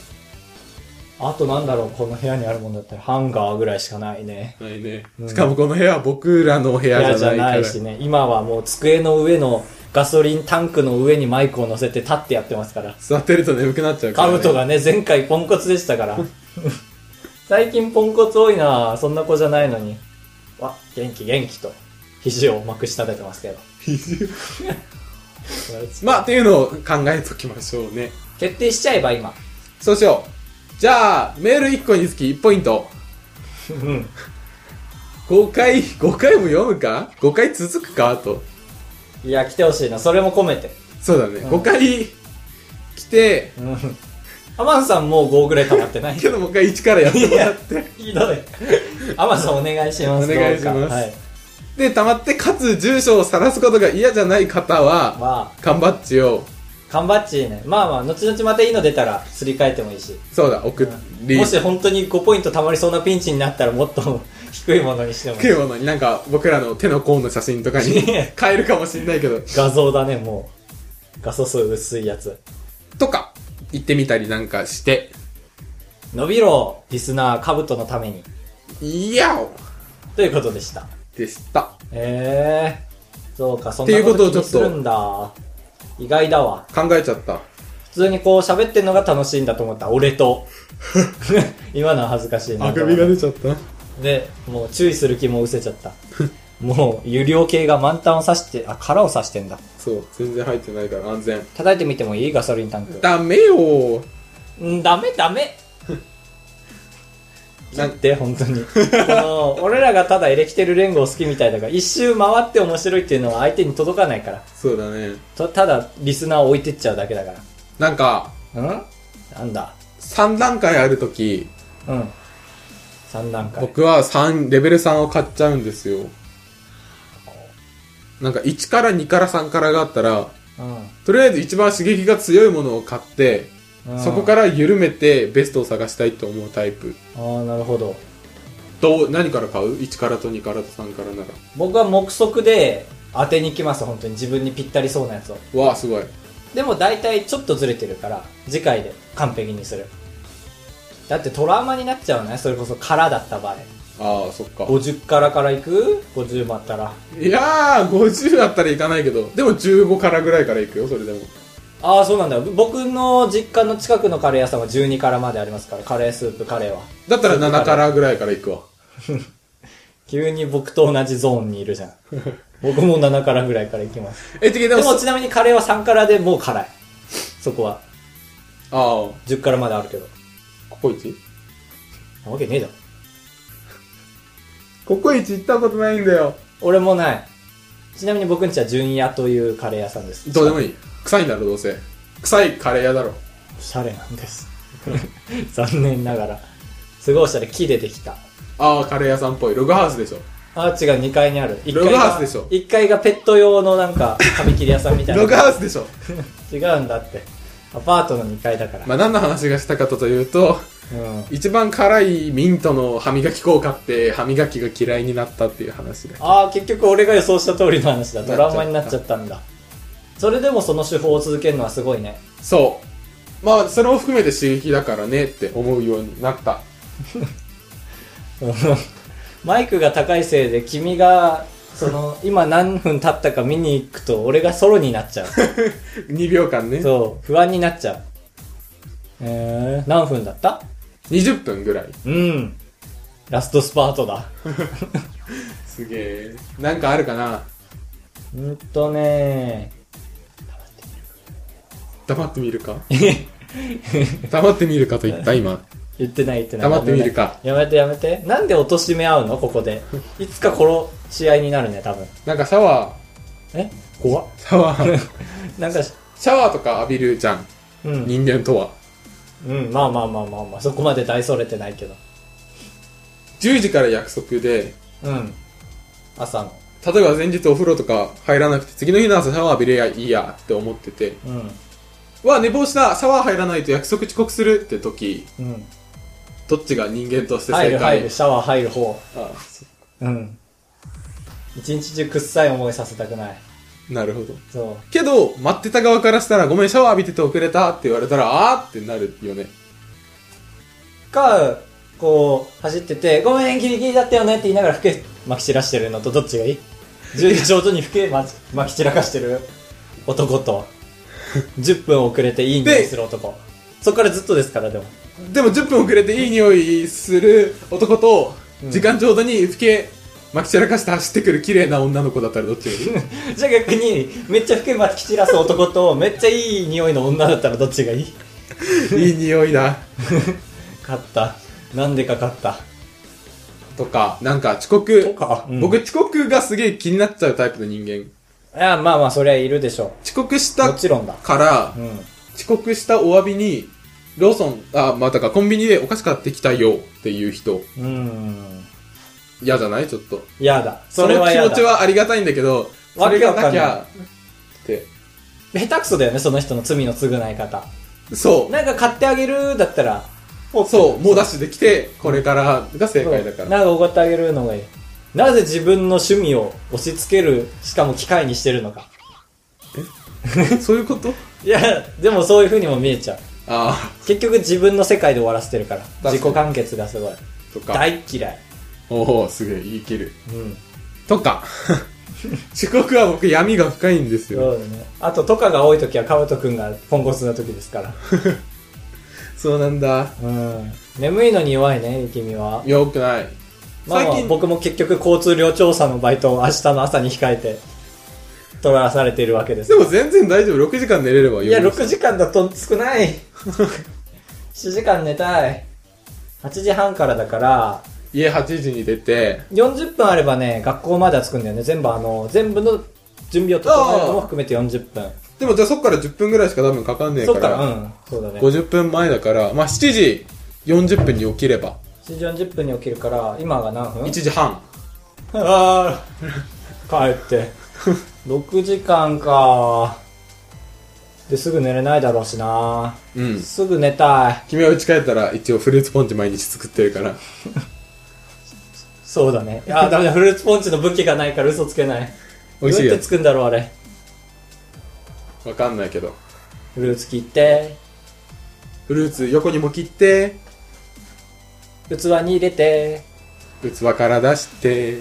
[SPEAKER 2] あとなんだろう、この部屋にあるもんだったら、ハンガーぐらいしかないね。
[SPEAKER 1] ないね。
[SPEAKER 2] うん
[SPEAKER 1] しかもこの部屋は僕らの部
[SPEAKER 2] 部
[SPEAKER 1] 屋
[SPEAKER 2] 屋
[SPEAKER 1] じ
[SPEAKER 2] じ
[SPEAKER 1] ゃな
[SPEAKER 2] ゃ
[SPEAKER 1] いか
[SPEAKER 2] な
[SPEAKER 1] ら。
[SPEAKER 2] いしね。今はもう机の上のガソリンタンクの上にマイクを乗せて立ってやってますから。
[SPEAKER 1] 座ってると眠くなっちゃうか
[SPEAKER 2] カ
[SPEAKER 1] ら、
[SPEAKER 2] ブトがね、前回ポンコツでしたから。 最近ポンコツ多いなそんな子じゃないのに。わ、元気元気と、肘をうまく仕立ててますけど。
[SPEAKER 1] まあ、っていうのを考えときましょうね。
[SPEAKER 2] 決定しちゃえば今。
[SPEAKER 1] そうしよう。じゃあ、メール1個につき1ポイント。
[SPEAKER 2] うん。
[SPEAKER 1] 5回、5回も読むか ?5 回続くかあと。
[SPEAKER 2] いや、来てほしいな。それも込めて。
[SPEAKER 1] そうだね。
[SPEAKER 2] うん
[SPEAKER 1] 5回来て、
[SPEAKER 2] うん。アマンさんもう5ぐらい溜まってない。
[SPEAKER 1] けどもう一回1からやってもらって。
[SPEAKER 2] ひどい。アマンさんお願いします。
[SPEAKER 1] お願いします
[SPEAKER 2] どうかはい。
[SPEAKER 1] で、たまって、かつ住所を晒すことが嫌じゃない方は、
[SPEAKER 2] ま
[SPEAKER 1] 缶バッジを、
[SPEAKER 2] あ、缶バッチいいね。まあまあ、後々またいいの出たら、すり替えてもいいし。
[SPEAKER 1] そうだ、送り、
[SPEAKER 2] もし本当に5ポイント溜まりそうなピンチになったら、もっと低いものにしてもい
[SPEAKER 1] 食
[SPEAKER 2] い。
[SPEAKER 1] うものになんか僕らの手の甲の写真とかに変えるかもしんないけど、
[SPEAKER 2] 画像だね、もう。画素数薄いやつ。
[SPEAKER 1] とか、行ってみたりなんかして、
[SPEAKER 2] 伸びろ、リスナー、カブトのために。
[SPEAKER 1] いやお
[SPEAKER 2] ということでした。
[SPEAKER 1] でした。
[SPEAKER 2] えー。そうか、そん
[SPEAKER 1] ってい
[SPEAKER 2] な
[SPEAKER 1] うこ
[SPEAKER 2] ことと
[SPEAKER 1] を
[SPEAKER 2] 気に
[SPEAKER 1] ち
[SPEAKER 2] す
[SPEAKER 1] ょっと
[SPEAKER 2] るんだ。意外だわ。
[SPEAKER 1] 考えちゃった。
[SPEAKER 2] 普通にこう喋ってんのが楽しいんだと思った。俺と。 今のは恥ずかしいな。
[SPEAKER 1] 出ちゃった。
[SPEAKER 2] で、もう注意する気も失せちゃった。もう、油量計が満タンを刺して、あ、殻を刺してんだ。
[SPEAKER 1] そう、全然入ってないから安全。
[SPEAKER 2] 叩いてみてもいいガソリンタンク。
[SPEAKER 1] ダメよ
[SPEAKER 2] んダメダメ
[SPEAKER 1] な
[SPEAKER 2] なんんて、本当に。この、俺らがただエレキテル連合好きみたいだから、一周回って面白いっていうのは相手に届かないから。
[SPEAKER 1] そうだね。
[SPEAKER 2] とただ、リスナーを置いてっちゃうだけだか
[SPEAKER 1] なんか、
[SPEAKER 2] ら。うんなんだ
[SPEAKER 1] 3段階あるとき、
[SPEAKER 2] うん。3段階。
[SPEAKER 1] 僕は3、レベル3を買っちゃうんですよ。なんか1から2から3からがあったら、
[SPEAKER 2] う
[SPEAKER 1] とりあえず一番刺激が強いものを買って、
[SPEAKER 2] ん。
[SPEAKER 1] そこから緩めてベストを探したいと思うタイプ。
[SPEAKER 2] ら。ああ、なるほど。
[SPEAKER 1] どう、何から買う ?1 からと2からと3からなら。
[SPEAKER 2] 僕は目測で当てに来ます本当に自分にぴったりそうなやつを
[SPEAKER 1] わあ、すごい。
[SPEAKER 2] でも大体ちょっとずれてるから次回で完璧にするだってトラウマになっちゃうねそれこそ空だった場合
[SPEAKER 1] ああ、そっか。
[SPEAKER 2] 50からからいく50もあったら
[SPEAKER 1] いやー、50だったらいかないけど、でも15からぐらいからいくよ、それでも。
[SPEAKER 2] ああそうなんだ僕の実家の近くのカレー屋さんは12からまでありますからカレースープカレーは
[SPEAKER 1] だったら7からぐらいからいくわ。
[SPEAKER 2] 急に僕と同じゾーンにいるじ ゃん僕も7からぐらいから行きます
[SPEAKER 1] え、てけ
[SPEAKER 2] で
[SPEAKER 1] でも、
[SPEAKER 2] も
[SPEAKER 1] あ
[SPEAKER 2] ちなみにカレーは3からでもう辛いそこは
[SPEAKER 1] あ、こ
[SPEAKER 2] 10からまであるけど
[SPEAKER 1] こいち
[SPEAKER 2] なわけねえだろ
[SPEAKER 1] ココイチ行ったことないんだよ。
[SPEAKER 2] 俺もない。ちなみに僕んちは純屋というカレー屋さんです。
[SPEAKER 1] どうでもいい。臭いんだろ、どうせ。臭いカレー屋だろ。
[SPEAKER 2] おしゃれなんです。 残念ながら。すごいおしゃれ、木でできた。
[SPEAKER 1] ああ、カレー屋さんっぽい。ログハウスでしょ。
[SPEAKER 2] あ、違う、2階にある。1
[SPEAKER 1] ロ
[SPEAKER 2] 階
[SPEAKER 1] グ
[SPEAKER 2] が
[SPEAKER 1] ハウスでしょ
[SPEAKER 2] 1階がペット用のな んか、紙切り屋さんみたいな。
[SPEAKER 1] ログハウスでしょ。
[SPEAKER 2] 違うんだって。アパートの2階だから。
[SPEAKER 1] まあ、何の話がしたかというと、
[SPEAKER 2] うん。
[SPEAKER 1] 一番辛いミントの歯磨き粉を買って、歯磨きが嫌いになったっていう話で。
[SPEAKER 2] ああ、結局俺が予想した通りの話だ。ドラマにな
[SPEAKER 1] なっちゃった
[SPEAKER 2] っちゃったんだ。それでもその手法を続けるのはすごいね。
[SPEAKER 1] そう。まあ、それも含めて刺激だからねって思うようになった。
[SPEAKER 2] うんマイクが高いせいで君が、その、今何分経ったか見に行くと俺がソロになっちゃ う。
[SPEAKER 1] 2秒間ね。
[SPEAKER 2] そう、不安になっちゃう。えー、何分だった
[SPEAKER 1] 20分ぐらい。
[SPEAKER 2] うん。ラストスパートだ。
[SPEAKER 1] すげえ。なんかあるかな
[SPEAKER 2] うんとね
[SPEAKER 1] 黙ってみる か黙ってみるかと言った今。
[SPEAKER 2] 言ってない言ってない。
[SPEAKER 1] 黙ってみるか
[SPEAKER 2] やめてやめて。なんで貶め合うのここで。いつか殺し合いになるね、多分。
[SPEAKER 1] なんかシャワー、
[SPEAKER 2] え怖っ。
[SPEAKER 1] シャワー、
[SPEAKER 2] なんかし、
[SPEAKER 1] シャワーとか浴びるじゃん。
[SPEAKER 2] うん。
[SPEAKER 1] 人間とは。
[SPEAKER 2] うん、まあまあまあまあまあ、そこまで大それてないけど。
[SPEAKER 1] 10時から約束で、
[SPEAKER 2] うん。朝の。
[SPEAKER 1] 例えば前日お風呂とか入らなくて、次の日の朝シャワー浴びればいいやって思ってて、
[SPEAKER 2] うん。
[SPEAKER 1] うわ、寝坊したシャワー入らないと約束遅刻するって時、
[SPEAKER 2] うん。
[SPEAKER 1] どっちが人間として
[SPEAKER 2] 入
[SPEAKER 1] 正
[SPEAKER 2] る
[SPEAKER 1] 解
[SPEAKER 2] 入る、シャワー入る方。
[SPEAKER 1] あ
[SPEAKER 2] うん。一日中くっさい思いさせたくない。
[SPEAKER 1] なるほど。
[SPEAKER 2] そう。
[SPEAKER 1] けど、待ってた側からしたら、ごめん、シャワー浴びてて遅れたって言われたら、あーってなるよね。
[SPEAKER 2] か、こう、走ってて、ごめん、ギリギリだったよねって言いながら、ふけ、まき散らしてるのと、どっちがいい ?10 時ちょうどにふけ、ま、まき散 らかしてる男と、10分遅れていい匂いする男。そこからずっとですから、でも。
[SPEAKER 1] でも10分遅れていい匂いする男と、
[SPEAKER 2] うん
[SPEAKER 1] 時間ちょうどに吹け、まき散らかして走ってくる綺麗な女の子だったらどっちがいい
[SPEAKER 2] じゃあ逆に、めっちゃふけ、まき散らす男と、めっちゃいい匂いの女だったら、どっちがいい
[SPEAKER 1] いい匂いだ。
[SPEAKER 2] 勝った。なんでか勝った。
[SPEAKER 1] とか、なんか遅刻。
[SPEAKER 2] とかうん
[SPEAKER 1] 僕遅刻がすげえ気になっちゃうタイプの人間。
[SPEAKER 2] いや、まあまあ、そりゃいるでしょ
[SPEAKER 1] 遅刻し
[SPEAKER 2] う。も
[SPEAKER 1] た
[SPEAKER 2] ちろんだ。
[SPEAKER 1] から
[SPEAKER 2] う、ん。
[SPEAKER 1] 遅刻したお詫びに、ローソン、あ、まあ、だからコンビニでお菓子買ってきたよっていう人、
[SPEAKER 2] うん。
[SPEAKER 1] 嫌じゃないちょっと。
[SPEAKER 2] やだ。
[SPEAKER 1] そ
[SPEAKER 2] それ
[SPEAKER 1] の
[SPEAKER 2] は
[SPEAKER 1] 気
[SPEAKER 2] やだ。
[SPEAKER 1] 持ちはありがたいんだけど、そ
[SPEAKER 2] わ
[SPEAKER 1] れ
[SPEAKER 2] け
[SPEAKER 1] が
[SPEAKER 2] わか
[SPEAKER 1] なん
[SPEAKER 2] ない
[SPEAKER 1] きゃ、って。
[SPEAKER 2] 下手くそだよね、その人の罪の償い方。
[SPEAKER 1] そう。
[SPEAKER 2] なんか買ってあげるだったら、
[SPEAKER 1] そう、もうダッシュできて、これからが正解だから。
[SPEAKER 2] なんかおごってあげるのがいい。なぜ自分の趣味を押し付ける、しかも機械にしてるのか。
[SPEAKER 1] そういうこと
[SPEAKER 2] いや、でもそういう風にも見えちゃう。
[SPEAKER 1] あ
[SPEAKER 2] 結局自分の世界で終わらせてるから。
[SPEAKER 1] かに
[SPEAKER 2] 自己完結がすごい。
[SPEAKER 1] あ、とか。
[SPEAKER 2] 大嫌い。
[SPEAKER 1] おお、すげえ、言い切る。
[SPEAKER 2] うん。
[SPEAKER 1] とか。 遅刻は僕闇が深いんです
[SPEAKER 2] そ
[SPEAKER 1] よ。
[SPEAKER 2] うだね。あと、とかが多い時は、かぶとくんがポンコツな時ですから。
[SPEAKER 1] そうなんだ。
[SPEAKER 2] うん。眠いのに弱いね、君は。
[SPEAKER 1] よくない。
[SPEAKER 2] まあ、
[SPEAKER 1] 最近、
[SPEAKER 2] 僕も結局交通量調査のバイトを明日の朝に控えて、取らされているわけです
[SPEAKER 1] でも全然大丈夫。6時間寝れれば
[SPEAKER 2] いや、
[SPEAKER 1] よ
[SPEAKER 2] 6時間だと少ない。7時間寝たい。8時半からだから、
[SPEAKER 1] 家8時に出て、
[SPEAKER 2] 40分あればね、学校までは着くんだよね。全部あの、全部の準備を整えるのも含めて40分。
[SPEAKER 1] でもじゃあそっから10分ぐらいしか多分かかんねえ
[SPEAKER 2] そ
[SPEAKER 1] か
[SPEAKER 2] っから、
[SPEAKER 1] ら、
[SPEAKER 2] うん。そうだね。7
[SPEAKER 1] 50分前だから、まあ7時40分に起きれば、
[SPEAKER 2] 時40分に起きるから、今が何分
[SPEAKER 1] 1時半。
[SPEAKER 2] あー、帰って。6時間か。で、すぐ寝れないだろうしな。
[SPEAKER 1] うん。
[SPEAKER 2] すぐ寝たい。
[SPEAKER 1] 君は家帰ったら一応フルーツポンチ毎日作ってるから。
[SPEAKER 2] そうだね。あー、ダメだ。フルーツポンチの武器がないから嘘つけない。
[SPEAKER 1] 美味しい
[SPEAKER 2] どうや
[SPEAKER 1] や
[SPEAKER 2] ってつくんだろう、あれ。
[SPEAKER 1] つ。わかんないけど。
[SPEAKER 2] フルーツ切って、
[SPEAKER 1] フルーツ横にも切って、
[SPEAKER 2] 器に入れて、
[SPEAKER 1] 器から出して、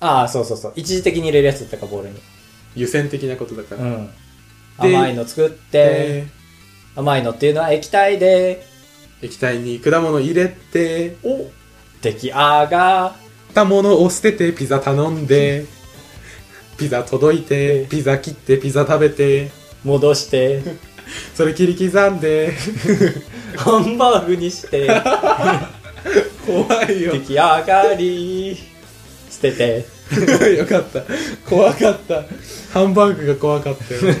[SPEAKER 2] ああ、そうそうそう。一時的に入れるやつだったか、ボールに。
[SPEAKER 1] 湯煎的なことだか
[SPEAKER 2] う
[SPEAKER 1] ら。
[SPEAKER 2] ん。
[SPEAKER 1] で
[SPEAKER 2] 甘いの作って、
[SPEAKER 1] で、
[SPEAKER 2] 甘いのっていうのは液体で、
[SPEAKER 1] 液体に果物入れて、
[SPEAKER 2] お出来上が、
[SPEAKER 1] たものを捨ててピザ頼んで、ピザ届いて、ピザ切って、ピザ食べて、
[SPEAKER 2] 戻して、
[SPEAKER 1] それ切り刻ん で、
[SPEAKER 2] ハンバーグにして、
[SPEAKER 1] 怖いよ
[SPEAKER 2] 出。来上がり、捨てて。
[SPEAKER 1] よかった怖かったハンバーグが怖か ったよ、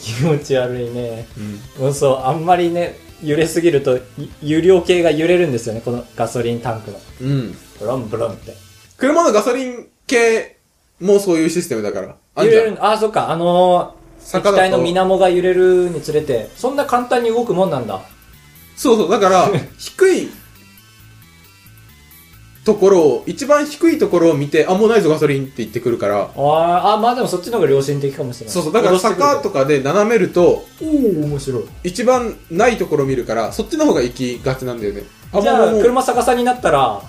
[SPEAKER 2] 気持ち悪いね。
[SPEAKER 1] うん、
[SPEAKER 2] もうそう、あんまりね、揺れすぎると、ゆ油量計が揺れるんですよね、このガソリンタンクの。
[SPEAKER 1] うん。
[SPEAKER 2] ブロンブロンって。
[SPEAKER 1] 車のガソリン系もそういうシステムだから。あ
[SPEAKER 2] 揺
[SPEAKER 1] んじゃ
[SPEAKER 2] れ
[SPEAKER 1] ん。
[SPEAKER 2] る、あ、そっか、あのー、
[SPEAKER 1] 坂
[SPEAKER 2] 液
[SPEAKER 1] だと
[SPEAKER 2] 体の水面が揺れるにつれて、そんな簡単に動くもんなんだ。
[SPEAKER 1] そうそう、だ から、低いところを、一番低いところを見て、あ、もうないぞガソリンって言ってくるから。
[SPEAKER 2] あーあ、まあでもそっちの方が良心的かもしれない。
[SPEAKER 1] そうそう、だから坂とかで斜めると、
[SPEAKER 2] おお面白い。
[SPEAKER 1] 一番ないところを見るから、そっちの方が行きがちなんだよね。あ、
[SPEAKER 2] じゃ
[SPEAKER 1] も
[SPEAKER 2] あ、
[SPEAKER 1] う、も
[SPEAKER 2] 車逆さになったら、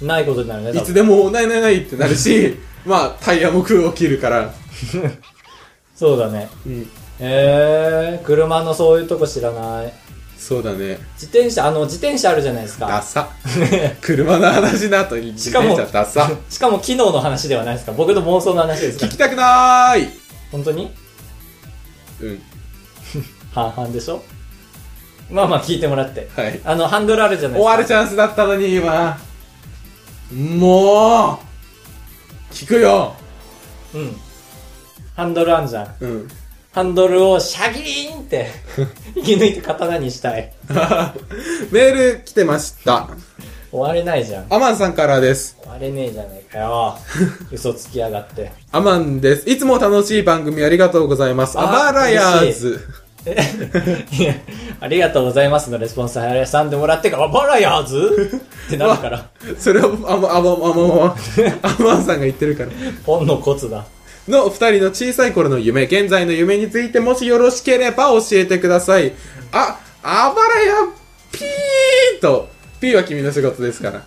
[SPEAKER 2] ないことになるね、
[SPEAKER 1] うい
[SPEAKER 2] 多
[SPEAKER 1] つ
[SPEAKER 2] 分。
[SPEAKER 1] でも、ないないないってなる し、まあ、タイヤも空を切るから。
[SPEAKER 2] そうだね。
[SPEAKER 1] うん。
[SPEAKER 2] えー、車のそういうとこ知らない。
[SPEAKER 1] そうだね。
[SPEAKER 2] 自転車、あの、自転車あるじゃないです
[SPEAKER 1] ダ
[SPEAKER 2] か。
[SPEAKER 1] サ。 車の話の後に自
[SPEAKER 2] しか
[SPEAKER 1] 転
[SPEAKER 2] も
[SPEAKER 1] 車ダサ。
[SPEAKER 2] しかも、機能の話ではないですか。僕の妄想の話ですか
[SPEAKER 1] 聞
[SPEAKER 2] ら
[SPEAKER 1] き。たくなーい
[SPEAKER 2] 本当に
[SPEAKER 1] うん。
[SPEAKER 2] 半々でしょまあまあ聞いてもらって。
[SPEAKER 1] はい。
[SPEAKER 2] あの、ハンドルあるじゃない
[SPEAKER 1] 終
[SPEAKER 2] ですか。
[SPEAKER 1] わるチャンスだったのに、今。もう聞くよ
[SPEAKER 2] うん。ハンドルあんじゃん。
[SPEAKER 1] うん。
[SPEAKER 2] ハンドルをシャギーンって、 引き抜いて刀にしたい。
[SPEAKER 1] メール来てました。
[SPEAKER 2] 終われないじゃん。
[SPEAKER 1] アマンさんからです。
[SPEAKER 2] 終われねえじゃない かよ。嘘つきやがって。
[SPEAKER 1] アマンです。いつも楽しい番組ありがとうございます。
[SPEAKER 2] あー
[SPEAKER 1] アバラヤーズ。
[SPEAKER 2] え いやありがとうございますのレスポンスはさんでもらってから、バラやーずってなるから。
[SPEAKER 1] それを、あま、あま、あま、あま、アマンさんが言ってるから。
[SPEAKER 2] 本のコツだ。
[SPEAKER 1] のお二人の小さい頃の夢、現在の夢についてもしよろしければ教えてください。あ、あばらや、ピーと。P は君の仕事です から。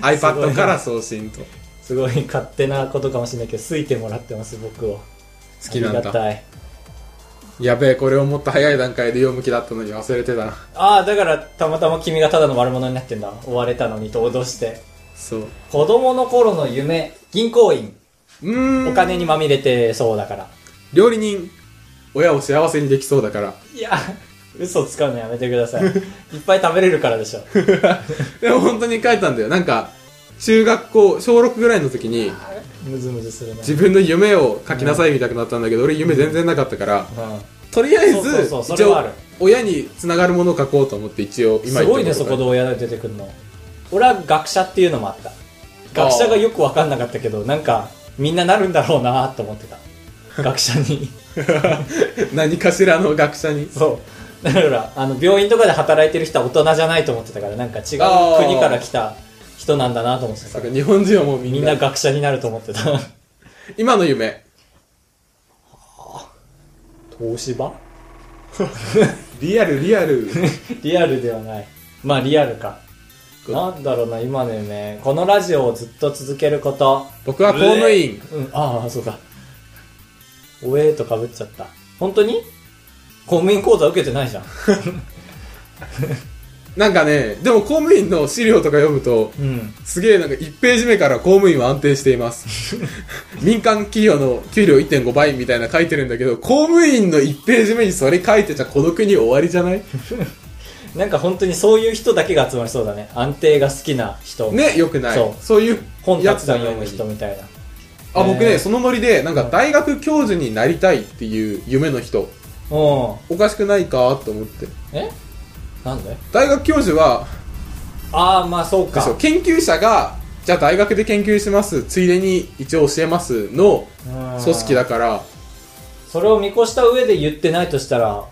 [SPEAKER 1] iPad から送信と。
[SPEAKER 2] すごい勝手なことかもしれないけど、すいてもらってます、僕を。
[SPEAKER 1] 好きなん
[SPEAKER 2] ありが
[SPEAKER 1] だ。
[SPEAKER 2] たい。
[SPEAKER 1] やべえ、これをもっと早い段階で読む気だったのに忘れてた。
[SPEAKER 2] ああ、だからたまたま君がただの悪者になってんだ。追われたのにと脅して。
[SPEAKER 1] そう。
[SPEAKER 2] 子供の頃の夢、銀行員。
[SPEAKER 1] うーん。
[SPEAKER 2] お金にまみれてそうだから。
[SPEAKER 1] 料理人。親を幸せにできそうだ から。
[SPEAKER 2] いや、嘘つかうのやめてく ださい。いっぱい食べれるからでしょ。
[SPEAKER 1] でも本当に書いたんだよ。なんか、中学校、小6ぐらいの時に、
[SPEAKER 2] むずむずするね。
[SPEAKER 1] 自分の夢を書きなさいみたいになったんだけど、俺夢全然なかったから、
[SPEAKER 2] うん
[SPEAKER 1] とりあえず
[SPEAKER 2] そうそうそうそ
[SPEAKER 1] 一
[SPEAKER 2] れはあ
[SPEAKER 1] 応
[SPEAKER 2] る
[SPEAKER 1] 親につながるものを書こうと思って一応今
[SPEAKER 2] すごいね、そ
[SPEAKER 1] 言
[SPEAKER 2] こ
[SPEAKER 1] った
[SPEAKER 2] で親出てくるの。俺は学者っていうのもあった。学者がよくわかんなかったけど、なんか、みんななるんだろうなと思ってた。 学者に。
[SPEAKER 1] が 何かしらの学者に
[SPEAKER 2] そう。だから、あの、病院とかで働いてる人は大人じゃないと思ってたから、なんか違
[SPEAKER 1] あ
[SPEAKER 2] う
[SPEAKER 1] ー
[SPEAKER 2] 国から来た人なんだなと思って
[SPEAKER 1] そ
[SPEAKER 2] た
[SPEAKER 1] う。か日本人はもうみ
[SPEAKER 2] み
[SPEAKER 1] ん
[SPEAKER 2] ん
[SPEAKER 1] な
[SPEAKER 2] な学者になると思ってた。
[SPEAKER 1] 今の夢
[SPEAKER 2] 東芝
[SPEAKER 1] リアルリア ル
[SPEAKER 2] リアルではない。まあ、リアルか。
[SPEAKER 1] こ
[SPEAKER 2] なんだろうな、今の夢。このラジオをずっと続けること。
[SPEAKER 1] 僕は公務員
[SPEAKER 2] うん、ああ、そうだ。おえーとかぶっちゃった。本当に公務員講座受けてないじゃん。
[SPEAKER 1] なんかねでも公務員の資料とか読むと
[SPEAKER 2] うん。
[SPEAKER 1] すげえなんか1ページ目から公務員は安定しています 民間企業の給料1.5倍みたいな書いてるんだけど公務員の1ページ目にそれ書いてちゃこの国終わりじゃない
[SPEAKER 2] なんか本当にそういう人だけが集まりそうだね。安定が好きな人。。
[SPEAKER 1] ねよくない
[SPEAKER 2] そう
[SPEAKER 1] いう
[SPEAKER 2] 本
[SPEAKER 1] や
[SPEAKER 2] たく
[SPEAKER 1] つ
[SPEAKER 2] さ
[SPEAKER 1] だ
[SPEAKER 2] ん読む人みたいな。
[SPEAKER 1] あ、僕
[SPEAKER 2] え
[SPEAKER 1] ね、
[SPEAKER 2] ー
[SPEAKER 1] そのノリで、なんか
[SPEAKER 2] うん
[SPEAKER 1] 大学教授になりたいっていう夢の人、
[SPEAKER 2] うん。
[SPEAKER 1] おかしくないかと思って。
[SPEAKER 2] えなんで
[SPEAKER 1] 大学教授は、
[SPEAKER 2] ああ、まあそう
[SPEAKER 1] で
[SPEAKER 2] か
[SPEAKER 1] し。ょ研究者が、じゃあ大学で研究します、ついでに一応教えますの
[SPEAKER 2] 組
[SPEAKER 1] 組織だ。から、
[SPEAKER 2] それを見越した上で言ってないとしたら、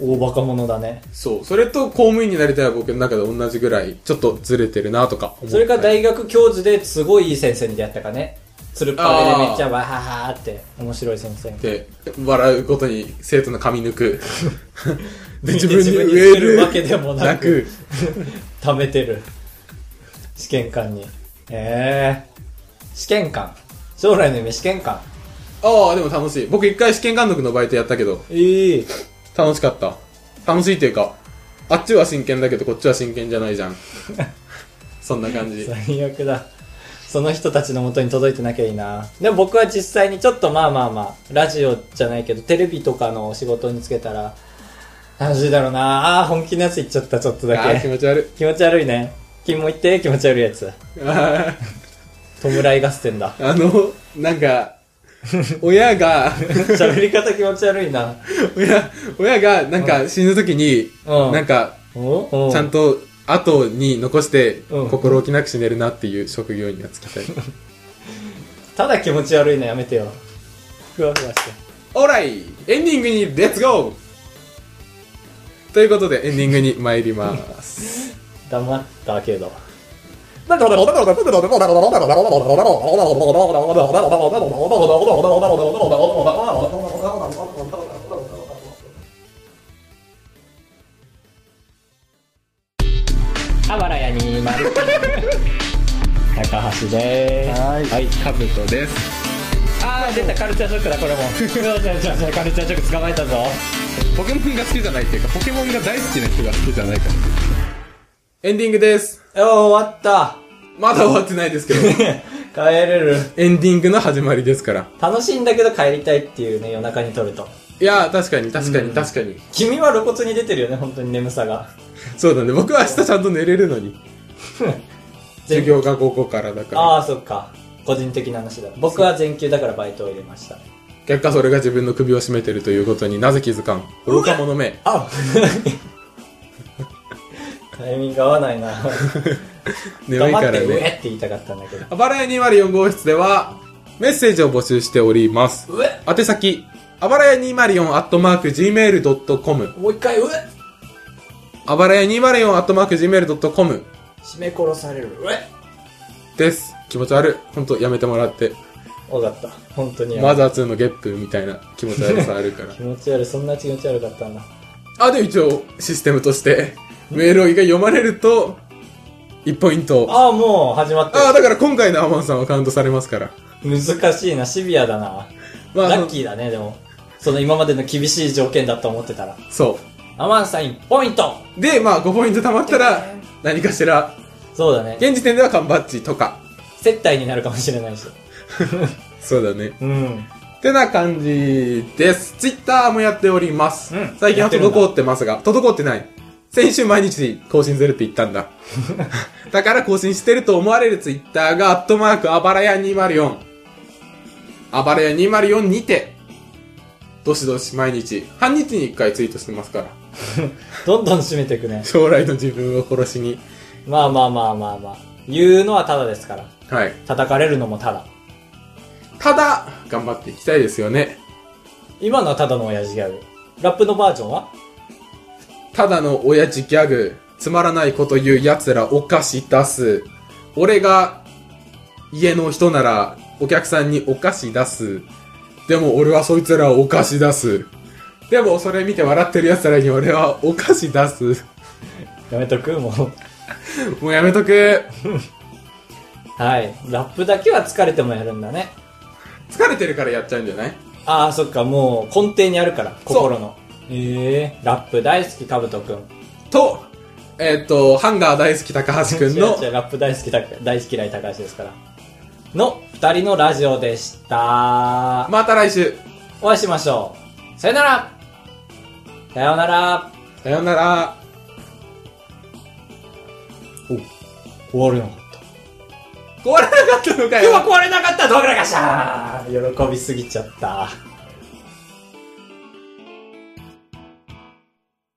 [SPEAKER 2] 大バカ者だね。
[SPEAKER 1] そう、それと公務員になりたいは僕の中で同じぐらい、ちょっとずれてるなとか思ったり
[SPEAKER 2] それか大学教授ですごいいい先生に出会ったかね。つるっぱげでめっちゃわははーって面白い先生。
[SPEAKER 1] で、笑うことに生徒の髪抜 く。で、自分に
[SPEAKER 2] 自分に
[SPEAKER 1] 植え
[SPEAKER 2] 植え
[SPEAKER 1] る
[SPEAKER 2] るわけでもな
[SPEAKER 1] な
[SPEAKER 2] く
[SPEAKER 1] く、
[SPEAKER 2] 貯めてる。試験官に。ええ試験官。将来の夢試験官。
[SPEAKER 1] ああ、でも楽しい。僕一回試験監督のバイトやったけど、
[SPEAKER 2] ええ
[SPEAKER 1] 楽しかった楽しいっていうかあっちは真剣だけどこっちは真剣じゃないじゃん そんな感じ
[SPEAKER 2] 最悪だ。その人たちの元に届いてなきゃいいな。でも僕は実際にちょっとまあまあまあ、ラジオじゃないけど、テレビとかのお仕事につけたら、楽しいだろうな。ああー、本気のやつ言っちゃった、ちょっと
[SPEAKER 1] あ
[SPEAKER 2] だ
[SPEAKER 1] ー気
[SPEAKER 2] け。
[SPEAKER 1] 持ち悪い
[SPEAKER 2] 気持ち悪いね。君も言って、気持ち悪いやつ。
[SPEAKER 1] あー
[SPEAKER 2] 弔い合戦 だ。
[SPEAKER 1] あの、なんか、親が、
[SPEAKER 2] 喋り方気持ち悪いな。
[SPEAKER 1] 親、親が、なんか死ぬときに、
[SPEAKER 2] うん
[SPEAKER 1] なんか、
[SPEAKER 2] お
[SPEAKER 1] ちゃんと後に残して、
[SPEAKER 2] うん
[SPEAKER 1] 心置きなく死ねるなっていう 職業にはつきたい。
[SPEAKER 2] ただ気持ち悪いのやめてよ。ふわふわして。
[SPEAKER 1] オーライエンディングにレッツゴーということで、エンディングに参ります。
[SPEAKER 2] 黙ったけど。あばらやにまる。高橋でーす。
[SPEAKER 1] はい。
[SPEAKER 2] はい。
[SPEAKER 1] カブトです。
[SPEAKER 2] あー、出た、カルチャーショックだ、これも。うわじゃあじゃあじゃあカルチャーショック捕まえたぞ。
[SPEAKER 1] ポケモンが好きじゃないっていうか、ポケモンが大好きな人が好きじゃないから。エンディングです。
[SPEAKER 2] よー、終わった。
[SPEAKER 1] まだ終わってない ですけど、
[SPEAKER 2] 帰れる。
[SPEAKER 1] エンディングの始まりですから。
[SPEAKER 2] 楽しいんだけど帰りたいっていうね、夜中に撮ると。
[SPEAKER 1] いやー、確かに、確かに、確かに。
[SPEAKER 2] 君は露骨に出てるよね、本当に眠さが。
[SPEAKER 1] そうだね、僕は明日ちゃんと寝れるのに。 授業が午後からだから。
[SPEAKER 2] ああ、そっか。個人的な話だ。僕は全休だからバイトを入れました。
[SPEAKER 1] 結果、それが自分の首を絞めてるということになぜ気づかん。愚か者め。
[SPEAKER 2] あタイミング合わないな。
[SPEAKER 1] 眠いか
[SPEAKER 2] 黙っ
[SPEAKER 1] ら
[SPEAKER 2] て上
[SPEAKER 1] ね。
[SPEAKER 2] って言いたかったんだけど。
[SPEAKER 1] あばらや204号室では、メッセージを募集しております。
[SPEAKER 2] 上
[SPEAKER 1] 宛先、あばらや 204-gmail.com。
[SPEAKER 2] もう一回上
[SPEAKER 1] あばらや 204-gmail.com
[SPEAKER 2] 締め殺される上
[SPEAKER 1] です。気持ち悪い。ほんと、やめてもらって。
[SPEAKER 2] わかった。本当にやば
[SPEAKER 1] マ
[SPEAKER 2] い。
[SPEAKER 1] ザー2のゲップみたいな気持ち悪さあるから
[SPEAKER 2] 気。持ち悪い。そんな気持ち悪かったんだ。
[SPEAKER 1] あ、で、一応、システムとして、メールをが読まれると、1ポイント。
[SPEAKER 2] ああ、もう始まって
[SPEAKER 1] ああ、だから今回のアマンさんはカウントされますから。
[SPEAKER 2] る。難しいな。シビアだな。
[SPEAKER 1] まあ、
[SPEAKER 2] ラッキーだね、でも。その今までの厳しい条件だと思ってたら。
[SPEAKER 1] そ
[SPEAKER 2] アマンさん1ポイント
[SPEAKER 1] う。で、まあ、5ポイント貯まったら、何かしら、
[SPEAKER 2] そうだね。
[SPEAKER 1] 現時点では缶バッジとか。
[SPEAKER 2] 接待になるかもしれないし。
[SPEAKER 1] そうだね。
[SPEAKER 2] うん。
[SPEAKER 1] ってな感じです。ツイッターもやっております。
[SPEAKER 2] うん
[SPEAKER 1] 最近は
[SPEAKER 2] やってるんだ
[SPEAKER 1] 滞ってますが、滞ってない。先週毎日更新するって言った んだ。だから更新してると思われるツイッターが、アットマーク、あばらや204。あばらや204にて、どしどし毎日、半日に1回ツイートしてますから。
[SPEAKER 2] どんどん締めていくね。
[SPEAKER 1] 将来の自分を殺しに。
[SPEAKER 2] まあまあまあまあまあ。言うのはただですから。
[SPEAKER 1] はい。
[SPEAKER 2] 叩かれるのもただ。
[SPEAKER 1] ただ、頑張っていきたいですよね。
[SPEAKER 2] 今のはただの親父ギャグ。ラップのバージョンは
[SPEAKER 1] ただの親父ギャグ、つまらないこと言う奴らお菓子出す。俺が家の人ならお客さんにお菓子出す。でも俺はそいつらをお菓子出す。でもそれ見て笑ってる奴らに俺はお菓子出す。
[SPEAKER 2] やめとくもう。
[SPEAKER 1] もうやめとく。
[SPEAKER 2] はい。ラップだけは疲れてもやるんだね。
[SPEAKER 1] 疲れてるからやっちゃうんじゃない
[SPEAKER 2] ああ、そっか、もう根底にあるから、
[SPEAKER 1] そう
[SPEAKER 2] 心の。ええラップ大好き、かぶとくん。
[SPEAKER 1] と、えっ、と、ハンガー大好き高橋くんの
[SPEAKER 2] 違う違うラップ大好きだ、大好き嫌い高橋ですから。の二人のラジオでした。
[SPEAKER 1] また来週。
[SPEAKER 2] お会いしましょう。さよならさよなら
[SPEAKER 1] さようなら。
[SPEAKER 2] 終われなかった。
[SPEAKER 1] 壊れなかったのかよ。
[SPEAKER 2] 今日は壊れなかったドグラガシャー喜びすぎちゃった。